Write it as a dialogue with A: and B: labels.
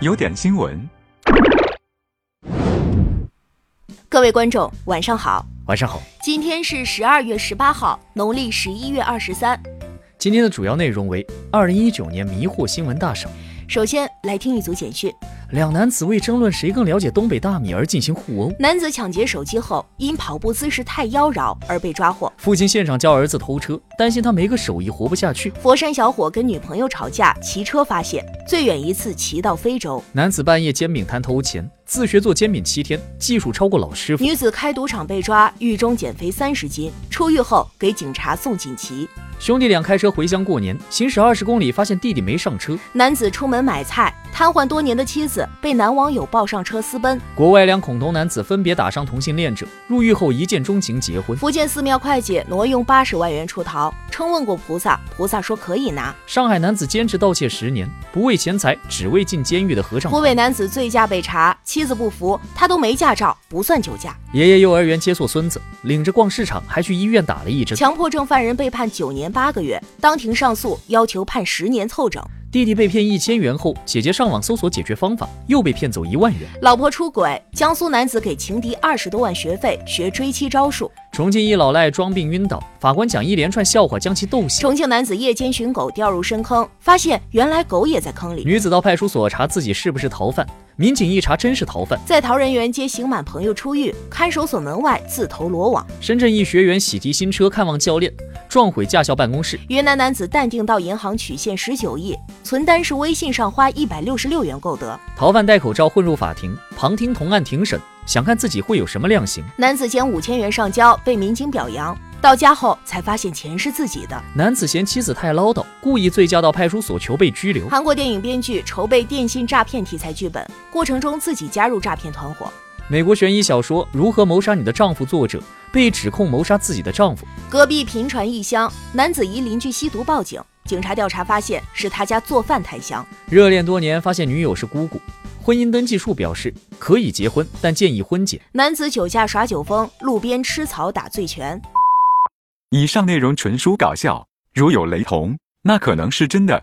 A: 有点新闻，
B: 各位观众，晚上好。
C: 晚上好，
B: 今天是十二月十八号，农历十一月二十三。
C: 今天的主要内容为二零一九年迷惑新闻大赏，
B: 首先来听一组简讯：
C: 两男子为争论谁更了解东北大米而进行互殴，
B: 男子抢劫手机后，因跑步姿势太妖娆而被抓获；
C: 父亲现场教儿子偷车，担心他没个手艺活不下去。
B: 佛山小伙跟女朋友吵架，骑车发泄，最远一次骑到非洲；
C: 男子半夜煎饼摊偷钱，自学做煎饼七天，技术超过老师傅。
B: 女子开赌场被抓，狱中减肥三十斤，出狱后给警察送锦旗；
C: 兄弟俩开车回乡过年，行驶二十公里发现弟弟没上车。
B: 男子出门买菜，瘫痪多年的妻子被男网友抱上车私奔；
C: 国外两恐同男子分别打伤同性恋者，入狱后一见钟情结婚。
B: 福建寺庙会计挪用八十万元出逃，称问过菩萨，菩萨说可以拿。
C: 上海男子坚持盗窃十年，不为钱财，只为进监狱的和尚。
B: 湖北男子醉驾被查，妻子不服，他都没驾照，不算酒驾。
C: 爷爷幼儿园接送孙子，领着逛市场，还去医院打了一针。
B: 强迫症犯人被判九年八个月，当庭上诉要求判十年凑整。
C: 弟弟被骗一千元后，姐姐上网搜索解决方法，又被骗走一万元。
B: 老婆出轨，江苏男子给情敌二十多万学费学追妻招数。
C: 重庆一老赖装病晕倒，法官讲一连串笑话将其逗醒。
B: 重庆男子夜间寻狗掉入深坑，发现原来狗也在坑里。
C: 女子到派出所查自己是不是逃犯，民警一查真是逃犯。
B: 在逃人员接刑满朋友出狱，看守所门外自投罗网。
C: 深圳一学员喜提新车看望教练，撞毁驾校办公室。
B: 云南男子淡定到银行取现十九亿，存单是微信上花一百六十六元购得。
C: 逃犯戴口罩混入法庭，旁听同案庭审，想看自己会有什么量刑。
B: 男子捡五千元上交，被民警表扬。到家后才发现钱是自己的。
C: 男子嫌妻子太唠叨，故意醉驾到派出所求被拘留。
B: 韩国电影编剧筹备电信诈骗题材剧本，过程中自己加入诈骗团伙。
C: 美国悬疑小说《如何谋杀你的丈夫》作者被指控谋杀自己的丈夫。
B: 隔壁频传异香，男子疑邻居吸毒报警，警察调查发现是他家做饭太香。
C: 热恋多年，发现女友是姑姑。婚姻登记处表示可以结婚，但建议婚检。
B: 男子酒驾耍酒疯，路边吃草打醉拳。
A: 以上内容纯属搞笑，如有雷同，那可能是真的。